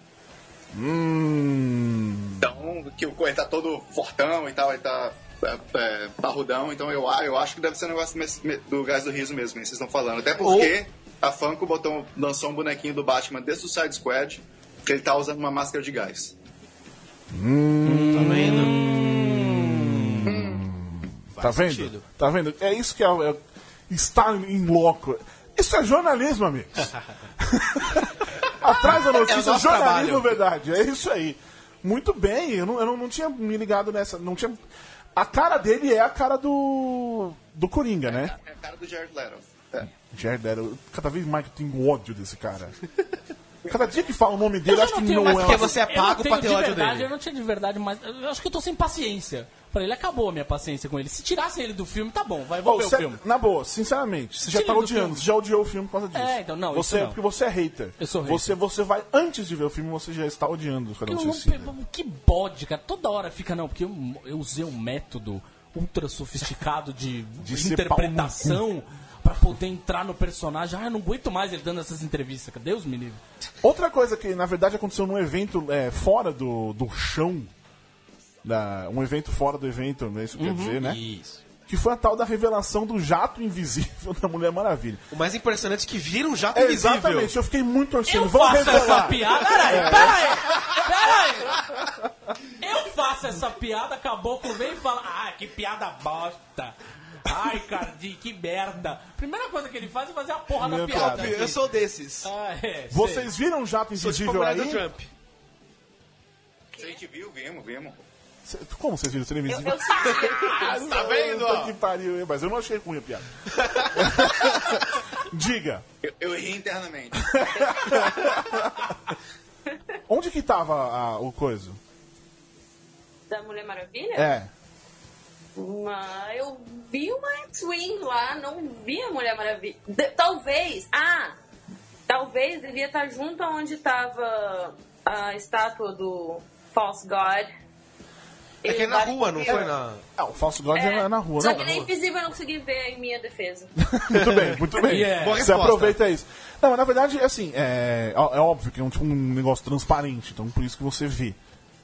Hum.
Então, que o ele tá todo fortão e tal, ele tá é, é, barrudão, então eu, eu acho que deve ser um negócio mes- me- do gás do riso mesmo, hein, vocês estão falando. Até porque a Funko botou, lançou um bonequinho do Batman desse Side Squad, que ele tá usando uma máscara de gás.
Tá vendo?
Tá vendo?
sentido.
Tá vendo? É isso que é, é estar em loco. Isso é jornalismo, amigos. Atrás da
É o
notícia,
nosso
jornalismo
trabalho.
verdade. É isso aí. Muito bem, eu não, eu não, não tinha me ligado nessa. Não tinha... A cara dele é a cara do. do Coringa, né?
É a cara do Jared Leto. É.
Jared Leto. Cada vez mais eu tenho ódio desse cara. Cada dia que fala o nome dele,
já
eu acho que
não
não,
tenho mais
é.
porque
uma-
você é
eu
pago pra
não tenho
ter
de
ódio
verdade,
dele.
Eu não tinha de verdade, mas eu acho que eu tô sem paciência. Pra ele, acabou a minha paciência com ele. Se tirasse ele do filme, tá bom, vai, vou
Ô,
ver
sé-
o filme.
Na boa, sinceramente, você já
Tira
tá
do
odiando,
filme.
você já odiou o filme por causa disso.
É, então, não,
Você,
isso não.
Porque você é hater.
Eu sou hater.
Você, você vai, antes de ver o filme, você já está odiando o
Que,
Esquadrão
eu não
Suicida.
pe- que bode, cara. Toda hora fica, não, porque eu, eu usei um método ultra sofisticado de,
ser
interpretação pra poder entrar no personagem. Ah, eu não aguento mais ele dando essas entrevistas. cara. Deus me livre.
Outra coisa que, na verdade, aconteceu num evento é, fora do, do chão, da, um evento fora do evento, não é isso que
Uhum.
quer dizer, né?
Isso.
Que foi a tal da revelação do jato invisível da Mulher Maravilha.
O mais impressionante é que viram já
É,
invisível.
exatamente, eu fiquei muito torcendo.
Eu
Vamos
faço essa
revelar.
piada. Peraí, peraí, peraí. Eu faço essa piada, caboclo vem e fala: Ah, que piada bosta. Ai, Cardi, que merda. Primeira coisa que ele faz é fazer a porra da
Meu
piada.
piada.
Eu sou desses.
Ah, é, sei.
Vocês viram o jato
Sou tipo
invisível
a mulher do
aí?
Trump.
Se a gente viu, vimos, vimos.
Cê- Como vocês viram o filme invisível?
Tá vendo,
Puta
ó?
que pariu, hein? mas eu não achei ruim a piada. Diga,
Eu, eu ri internamente.
onde que tava a- o coisa?
Da Mulher Maravilha?
É.
Mas eu vi uma X-Wing lá, não vi a Mulher Maravilha. De- talvez, ah, talvez devia estar junto aonde estava a estátua do False God.
É que é na rua, não foi na.
Ah, o Falso God é,
É,
na- na rua,
Só
não.
que nem invisível eu não consegui ver em minha defesa.
Muito bem, muito bem.
é.
Yeah.
Boa
Você
resposta.
aproveita isso. Não, mas na verdade, assim, é, ó- é óbvio que é um, tipo, um negócio transparente, então por isso que você vê.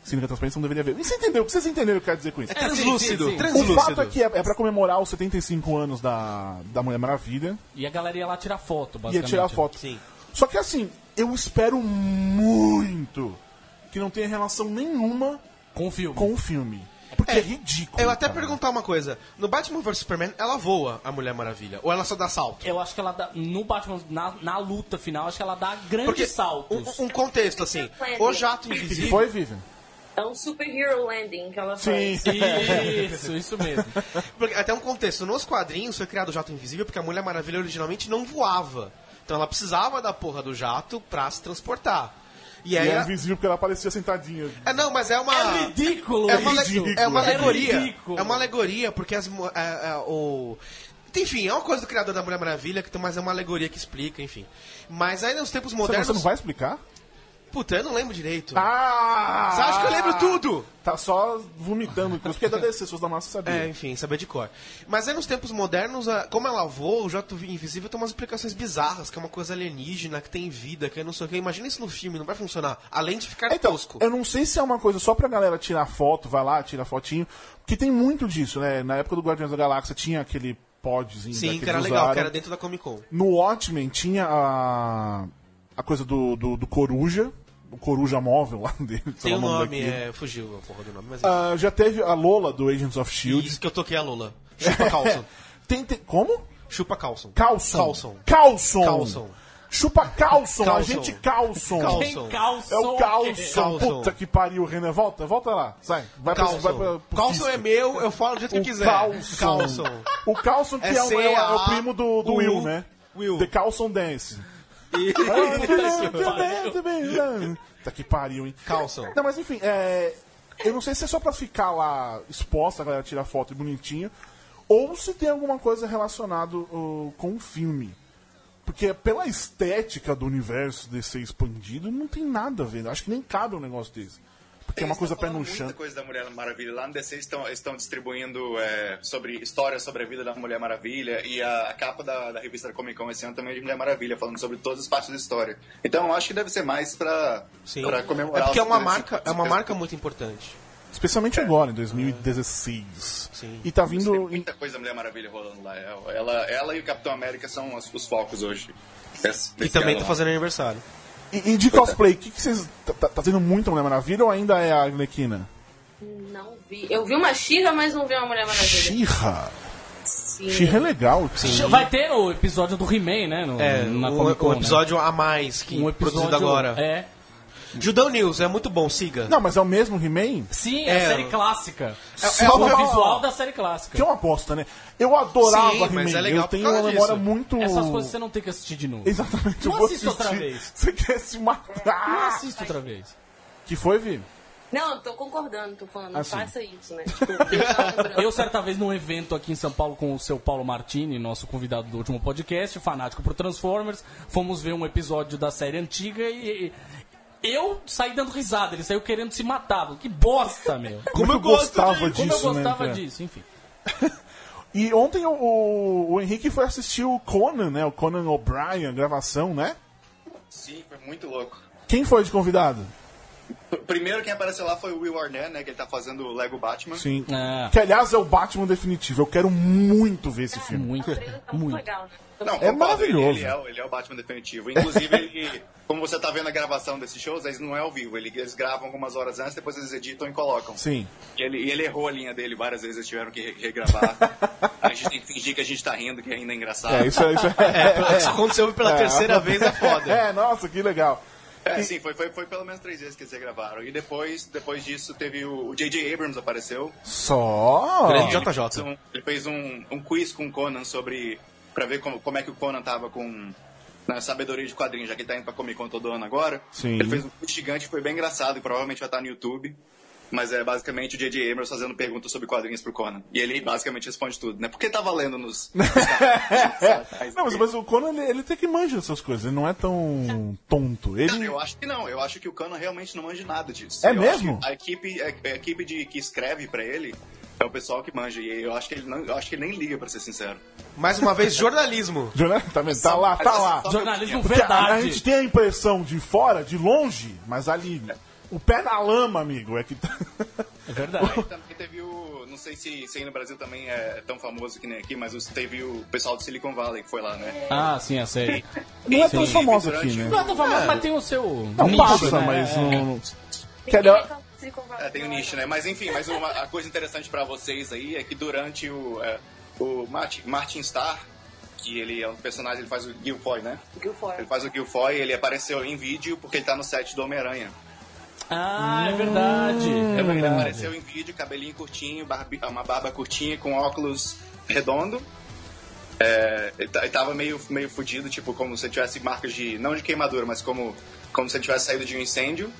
Se não é transparente, você não deveria ver. E você entendeu? Vocês entenderam o que eu quero dizer com
É
É,
isso?
Translúcido.
sim, sim.
O
Translúcido.
fato é que é, é pra comemorar os 75 anos da, da Mulher Maravilha.
E a galera ia lá tirar foto,
ia
basicamente.
tirar foto.
Sim.
Só que assim, eu espero muito que não tenha relação nenhuma
Com o filme.
com o filme. Porque é, ridículo.
Eu até
cara.
perguntar uma coisa. No Batman vs Superman, ela voa a Mulher Maravilha? Ou ela só dá salto?
Eu acho que ela dá. No Batman, na, na luta final, acho que ela dá grandes saltos.
Um, um contexto, assim. O jato invisível.
Que foi, Vivian?
É um superhero landing que ela faz.
um,
Isso, isso mesmo.
Porque- até um contexto. Nos quadrinhos foi criado o jato invisível porque a Mulher Maravilha originalmente não voava. Então ela precisava da porra do jato pra se transportar. E
E
aí.
é
ela-
invisível porque ela aparecia sentadinha.
É, não, mas é uma.
É ridículo.
É uma, ale-
isso.
é uma alegoria. É,
ridículo.
uma alegoria, porque as. mo- é- é o... Enfim, é uma coisa do criador da Mulher Maravilha, que tem- mas é uma alegoria que explica, enfim. Mas aí nos tempos
Você,
modernos.
você não vai explicar?
Puta, eu não lembro direito.
Ah!
Você acha que eu lembro tudo?
Tá só vomitando, porque é da DC, se fosse da nossa sabia.
É, enfim, saber de cor. Mas aí nos tempos modernos, a- como ela voa, o jato invisível tem umas explicações bizarras, que é uma coisa alienígena, que tem vida, que é não sei o que. Imagina isso no filme, não vai funcionar. Além de ficar
Então,
tosco.
eu não sei se é uma coisa só pra galera tirar foto, vai lá, tira fotinho, porque tem muito disso, né? Na época do Guardiões da Galáxia tinha aquele podzinho
Sim,
daquele
que era
usaram.
legal, que era dentro da Comic Con.
No Watchmen tinha a, a coisa do, do, do Coruja, o Coruja móvel lá dele. sei
Tem
lá
o nome,
daquilo.
é. Fugiu a porra do nome, mas.
Ah, já teve a Lola do Agents of
enfim.
Shield.
Isso que eu toquei a Lola. Chupa Carlson.
Tem, tem- como?
Chupa Carlson.
Calson.
Calson.
Calson.
Calson.
Chupa Carlson,
Carlson.
a gente Carlson.
Carlson.
Calço.
É o Carlson.
Carlson.
Puta que pariu, Renan. Volta, volta lá. Sai. Vai pra, vai pra,
Carlson.
pro
Carlson é
Cisco.
meu, eu falo do jeito que eu
o
quiser.
Carlson.
Carlson.
O Carlson que é,
É
o, é o- é o
C.A.,
primo do, do
o
Will, né?
Will.
The Carlson Dance.
E-
Tá que pariu, hein?
Carlson.
Não, mas enfim, é, eu não sei se é só pra ficar lá exposta, a galera tirar foto e bonitinho, ou se tem alguma coisa relacionada uh, com o filme. Porque pela estética do universo de ser expandido, não tem nada a ver. Acho que nem cabe um negócio desse. Porque é uma
Eles
coisa
tão
pé
falando
no
Muita
chão.
coisa da Mulher Maravilha. Lá no DC eles estão, eles estão distribuindo é, sobre histórias sobre a vida da Mulher Maravilha e a, a capa da, da revista da Comic Con esse ano também é de Mulher Maravilha, falando sobre todas as partes da história. Então eu acho que deve ser mais pra,
Sim.
pra comemorar.
É porque é
os
uma
300
marca, é uma marca muito importante.
É.
Especialmente agora, em 2016.
Sim.
E tá
Tem
vindo.
muita coisa da Mulher Maravilha rolando lá. É, Ela, ela e o Capitão América são os, os focos hoje. Esse-
E
desse
também
ano
tá
lá.
fazendo aniversário.
E, e de cosplay, o que, que vocês. Tá, tá- tá tendo muita Mulher Maravilha ou ainda é a Arlequina?
Não vi. Eu vi uma Xirra, mas não vi uma Mulher Maravilha.
Xirra!
Sim.
Xirra é legal.
Vai ter o episódio do He-Man, né? No,
É,
na
um,
Comic Con,
um
né?
episódio a mais que
Um episódio
produzido agora.
É.
Judão News, é muito bom, siga.
Não, mas é o mesmo He-Man?
Sim, é,
É.
a série clássica.
É- é
o
o-
visual da série clássica.
Que é uma aposta, né? Eu adorava
Sim,
He-Man.
mas é legal
eu
por
tenho
causa
uma memória
disso.
muito.
Essas coisas você não tem que assistir de novo.
Exatamente,
Não
eu vou
assista outra
assistir.
vez.
Você quer se matar?
Não assista outra vez.
Que foi, Vi?
Não, eu tô concordando, tô falando, não
Ah, sim.
faça isso, né? Tipo, deixa ela lembrando.
Eu, certa vez, num evento aqui em São Paulo com o seu Paulo Martini, nosso convidado do último podcast, fanático por Transformers, fomos ver um episódio da série antiga e. e- eu saí dando risada, ele saiu querendo se matar. Que bosta, meu.
Como eu gostava
Como eu
disso, né?
gostava
cara?
disso, enfim.
E ontem o, o- o Henrique foi assistir o Conan, né? O Conan O'Brien, a gravação, né?
Sim, foi muito louco.
Quem foi de convidado?
Pr- Primeiro quem apareceu lá foi o Will Arnett, né? Que ele tá fazendo o Lego Batman.
Sim.
Ah. É
Que aliás é o Batman definitivo. Eu quero muito ver esse filme.
O
Muito,
trailer tá muito
muito.
legal, né?
Não,
É
concordo,
maravilhoso.
Ele, ele é, o- ele é o Batman definitivo. Inclusive, ele, como você tá vendo a gravação desses shows, eles não é ao vivo. Ele- Eles gravam algumas horas antes, depois eles editam e colocam.
Sim.
E ele, e ele errou a linha dele várias vezes, eles tiveram que re- regravar. a gente tem que fingir que a gente tá rindo, que ainda é engraçado.
É, isso é. Isso é.
É, isso aconteceu pela terceira vez, é foda.
É, nossa, que legal.
É, sim, foi, foi, foi pelo menos três vezes que eles regravaram. E depois, depois disso, teve o o J.J. Abrams apareceu.
Só. É.
Grande
Ele
JJ.
fez um, ele fez um, um quiz com o Conan sobre. pra ver como, como é que o Conan tava com. Na sabedoria de quadrinhos, já que ele tá indo pra Comic Con todo ano agora.
Sim.
Ele fez um quiz gigante, foi bem engraçado, e provavelmente vai estar no YouTube. Mas é basicamente o J.J. Abrams fazendo perguntas sobre quadrinhos pro Conan. E ele basicamente responde tudo, né? Porque tá valendo nos.
Não, mas, mas o Conan, ele, ele tem que manjar essas coisas. Ele não é tão tonto.
Não,
Ele.
eu acho que não. Eu acho que o Cano realmente não manja nada disso.
É
Eu
mesmo?
acho que A equipe, a, a equipe de, que escreve pra ele é o pessoal que manja. E eu acho que ele, não, eu acho que ele nem liga, pra ser sincero.
Mais uma vez, jornalismo.
Jonathan, tá, vendo? tá lá, tá lá.
Jornalismo
Porque a, a
verdade.
gente tem a impressão de fora, de longe, mas ali. O pé na lama, amigo, é que tá.
É verdade.
Aí também teve o. Não sei se, se aí no Brasil também é tão famoso que nem aqui, mas os- teve o pessoal do Silicon Valley que foi lá, né?
Ah, sim, a série.
Não é tão
Sim.
famoso aqui, né?
Não é tão Então famoso, mas tem o seu.
Não
nicho,
passa,
né?
mas não.
Tem
Quer dar-
que ver se comprar-
É, tem um nicho, né? Mas enfim, mas uma a coisa interessante pra vocês aí é que durante o. é, o Martin, Martin Starr, que ele é um personagem, ele faz o Guilfoy, né?
Guilford.
Ele faz o Guilfoy, ele apareceu em vídeo porque ele tá no set do Homem-Aranha.
Ah, é verdade. É
Ele
verdade.
apareceu em vídeo, cabelinho curtinho, barbi- uma barba curtinha com óculos redondo. É, ele, ta- ele tava meio, meio fudido, tipo, como se ele tivesse marcas de. não de queimadura, mas como, como se ele tivesse saído de um incêndio.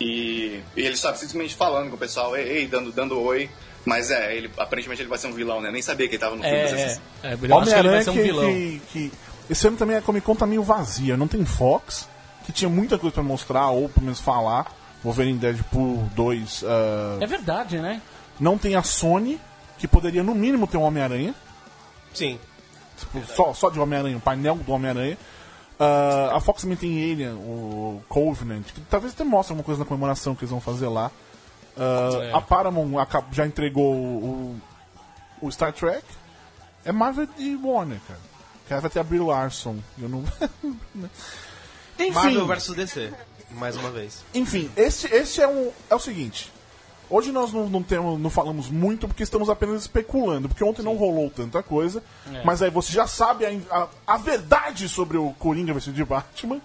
E, e ele estava simplesmente falando com o pessoal, ei, ei", dando, dando oi. Mas é, ele, aparentemente ele vai ser um vilão, né? Nem sabia que ele tava no filme.
É,
mas
é,
assim,
é, eu acho que ele vai
Homem-Aranha
ser um
que,
vilão.
que, que- Esse ano também a Comic Con tá meio vazia. Não tem Fox, que tinha muita coisa pra mostrar, ou pelo menos falar. Wolverine Deadpool 2. ah,
É verdade, né?
Não tem a Sony, que poderia no mínimo ter um Homem-Aranha.
Sim.
Tipo, só, só de Homem-Aranha, o painel do Homem-Aranha. Ah, a Fox também tem Alien, o Covenant, que talvez até mostre alguma coisa na comemoração que eles vão fazer lá. Ah,
É.
A Paramount acab- já entregou o, o Star Trek. É Marvel e Warner, cara. Que ela vai ter a Brie Larson. Eu não... né? Enfim,
Marvel vs DC. Mais uma vez.
enfim, este, este é um. É o seguinte. O- Hoje nós não, não temos, não falamos muito porque estamos apenas especulando, porque ontem não rolou tanta coisa.
É.
Mas aí você já sabe a, a, a verdade sobre o Coringa vestido de Batman.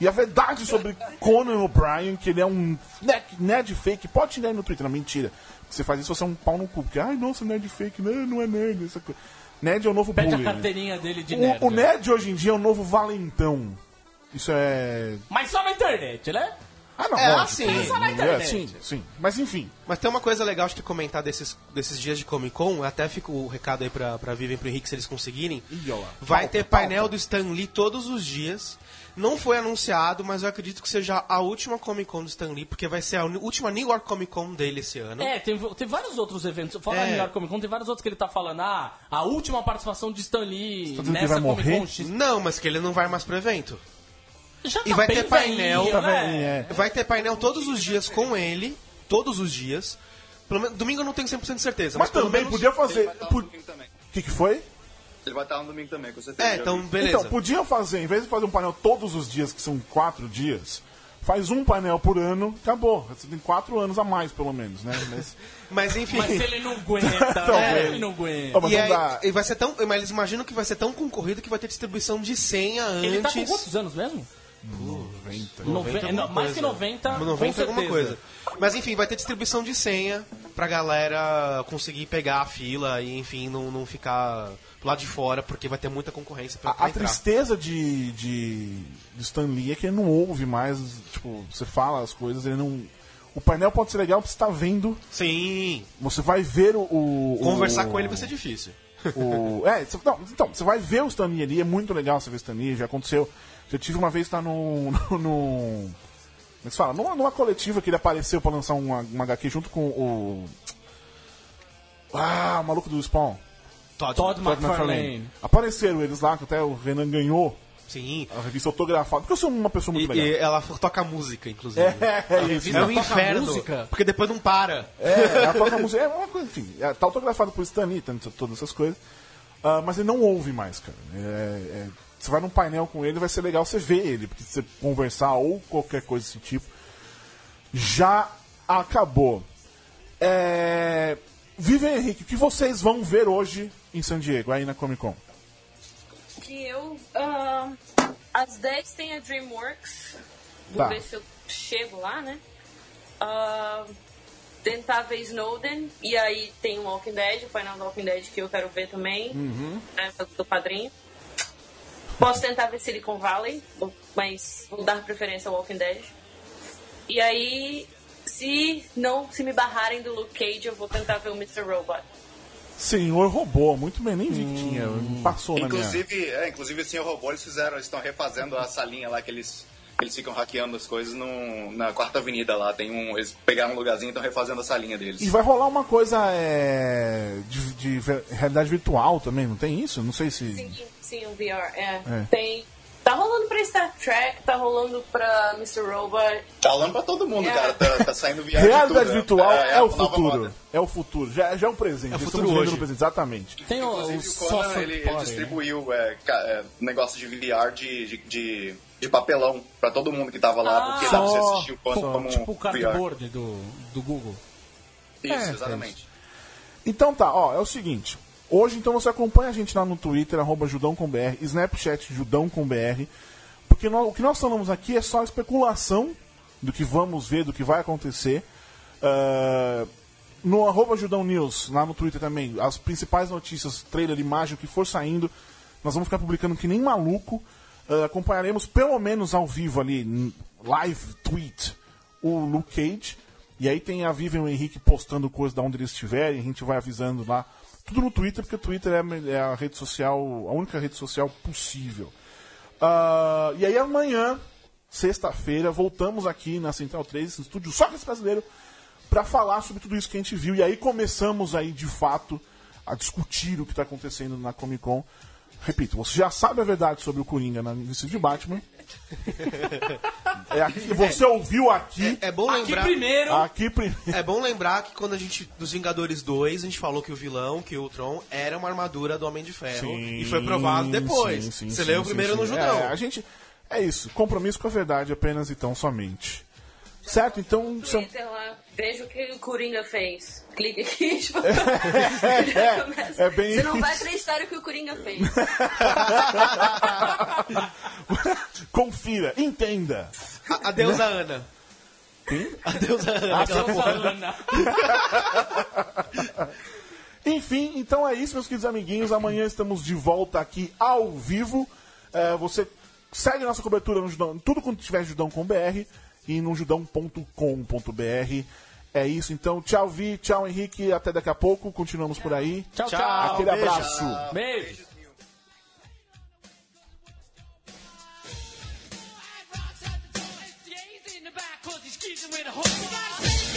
E a verdade sobre Conan O'Brien, que ele é um nerd, nerd fake, pode tirar aí no Twitter, não, mentira. Você faz isso, você é um pau no cu. Porque, ai, nossa, nerd fake, não, não é nerd, essa coisa. Nerd é o novo
Pede a
bullying.
carteirinha dele de
O-
nerd.
O, nerd hoje em dia é o novo valentão. Isso é.
Mas só na internet, né?
Ah, não,
É,
lógico.
assim,
É,
só na
É,
internet.
sim, sim. Mas enfim.
Mas tem uma coisa legal de comentar desses, desses dias de Comic Con, até fica o recado aí pra, pra Vivian e pro Henrique se eles conseguirem. Vai ter painel do Stan Lee todos os dias. Não foi anunciado, mas eu acredito que seja a última Comic Con do Stan Lee, porque vai ser a uni- última New York Comic Con dele esse ano.
É, tem, tem vários outros eventos. Fora
É.
da New York Comic Con, tem vários outros que ele tá falando. Ah, a última participação de Stan Lee
Tá dizendo que
nessa
ele vai
Comic Con
morrer?
X.
Não, mas que ele não vai mais pro evento.
Já
E
tá
vai
bem
ter painel. é.
velhinho, né?
é.
Vai ter painel todos os dias com ele. Todos os dias. Pelo menos- domingo eu não tenho 100% de certeza.
Mas
Mas, pelo
também
menos-
podia fazer.
Ele vai estar
O
no domingo também.
que, que foi?
Ele vai estar no domingo também, com
É,
certeza. Já vi.
Então, podia fazer, em vez de fazer um painel todos os dias, que são quatro dias, faz um painel por ano, acabou. Você tem quatro anos a mais, pelo menos, né? Mas,
Mas enfim.
Mas ele não
Tá
aguenta,
Talvez.
né? Ele não aguenta.
Ó, mas
e
não
aí,
dá.
e vai ser tão, mas eles imaginam que vai ser tão concorrido que vai ter distribuição de senha antes.
Ele tá com quantos anos mesmo?
90.
Noven-
alguma
não, mais que
coisa.
90, Tá com
90 é alguma
certeza.
coisa. Mas enfim, vai ter distribuição de senha pra galera conseguir pegar a fila e enfim, não, não ficar lá de fora, porque vai ter muita concorrência pra, pra
A
entrar.
tristeza de, de, de Stan Lee é que ele não ouve mais, tipo, você fala as coisas, ele não. O painel pode ser legal porque você tá vendo.
Sim.
Você vai ver o. o-
Conversar
o-
com ele vai ser difícil.
O- é, cê- não, então, você vai ver o Stan Lee ali, é muito legal você ver o Stan Lee, já aconteceu. Já tive uma vez tá no. no, no- como é que se fala? Numa, numa coletiva que ele apareceu pra lançar uma, uma HQ junto com o. Ah, o maluco do Spawn.
Todd,
Apareceram eles lá, que até o Renan ganhou
Sim.
a revista autografada. Porque eu sou uma pessoa muito
E,
legal.
e ela f- toca música, inclusive.
É, é
A
isso.
revista
É
um
um
inferno.
música?
Porque depois não para.
É, a própria música é uma coisa, enfim. é, Tá autografado por Stan Lee, tanto- todas essas coisas. Ah, mas ele não ouve mais, cara. É, é, você vai num painel com ele, vai ser legal você ver ele, porque você conversar ou qualquer coisa desse tipo. Já acabou. É... Vive Henrique, o que vocês vão ver hoje em San Diego, aí na Comic Con?
Que eu. ah, às 10 tem a Dreamworks. Vou
Tá.
ver se eu chego lá, né? Ah, Tentável Snowden. E aí tem o Walking Dead, o painel do Walking Dead que eu quero ver também. né, do padrinho. Posso tentar ver Silicon Valley, vou- mas vou dar preferência ao Walking Dead. E aí, se não se me barrarem do Luke Cage, eu vou tentar ver o Mr. Robot.
Senhor Robô, muito bem, nem vi que tinha, passou na minha.
Inclusive, é, inclusive, sim, o robô eles fizeram, eles estão refazendo a salinha lá que eles, que eles ficam hackeando as coisas num- na quarta avenida lá. Tem um, eles pegaram um lugarzinho e estão refazendo a salinha deles.
E vai rolar uma coisa é, de, de ver- realidade virtual também, não tem isso? Não sei se.
Sim, sim, o VR, é.
É.
Tem. Tá rolando pra Star Trek, tá rolando pra Mr. Robot.
Tá rolando pra todo mundo,
É.
cara. Tá, tá saindo viagem.
Realidade
tudo, né?
virtual é,
a
o
nova
futuro.
moda.
É o futuro. Já, já é um presente.
É o
Estamos
futuro
vivendo
hoje.
no presente, exatamente.
Tem o, o
Inclusive, o Conan,
software
ele, ele
Power, né?
distribuiu é, ca- é, negócio de VR de, de, de- de papelão pra todo mundo que tava lá, porque dá pra você
Só-
assistir o Conan
só-
como
Ah, tipo o
VR.
cardboard do, do Google.
Isso,
É,
exatamente.
Então tá, ó, é o seguinte. Hoje então você acompanha a gente lá no Twitter, arroba judão.com.br, Snapchat judão.com.br, porque nó- o que nós falamos aqui é só especulação do que vamos ver, do que vai acontecer. Ah, no arroba Judão News, lá no Twitter também, as principais notícias, trailer, imagem, o que for saindo, nós vamos ficar publicando que nem maluco. Ah, acompanharemos pelo menos ao vivo ali, n- live tweet, o Luke Cage. E aí tem a Vivian e o Henrique postando coisas da onde eles estiverem, a gente vai avisando lá. Tudo no Twitter, porque o Twitter é a me- é a rede social, a única rede social possível. Ah, e aí amanhã, sexta-feira, voltamos aqui na Central 3, esse estúdio Sócrates Brasileiro, para falar sobre tudo isso que a gente viu. E aí começamos aí, de fato, a discutir o que está acontecendo na Comic Con. Repito, você já sabe a verdade sobre o Coringa na vestido de Batman. É aqui, você ouviu aqui.
É bom lembrar.
Aqui primeiro.
É bom lembrar que quando a gente. Dos Vingadores 2, a gente falou que o vilão, que o Tron, era uma armadura do Homem de Ferro.
Sim,
e foi provado depois.
sim, sim,
Você
sim,
leu
sim,
primeiro
sim.
no Judão.
É, a gente. É isso. Compromisso com a verdade apenas então somente. Certo? Então. são-
Twitter lá, Veja o que o Coringa fez. Clique aqui. Tipo,
É, é bem
Você não vai
isso.
acreditar o que o Coringa fez.
Confira, entenda.
A- Adeus a Ana. Adeus a Ana. aquela
Seu
porra.
Solana.
Enfim, então é isso, meus queridos amiguinhos. Amanhã estamos de volta aqui ao vivo. É, você segue nossa cobertura no Judão, tudo quando tiver Judão com BR e no judão.com.br. É isso, então. Tchau, Vi. Tchau, Henrique. Até daqui a pouco. Continuamos por aí.
Tchau, tchau.
Aquele
beijo.
abraço.
Beijo.
rocks at the door. It's the A's in the back, cause he's kissing with a horse.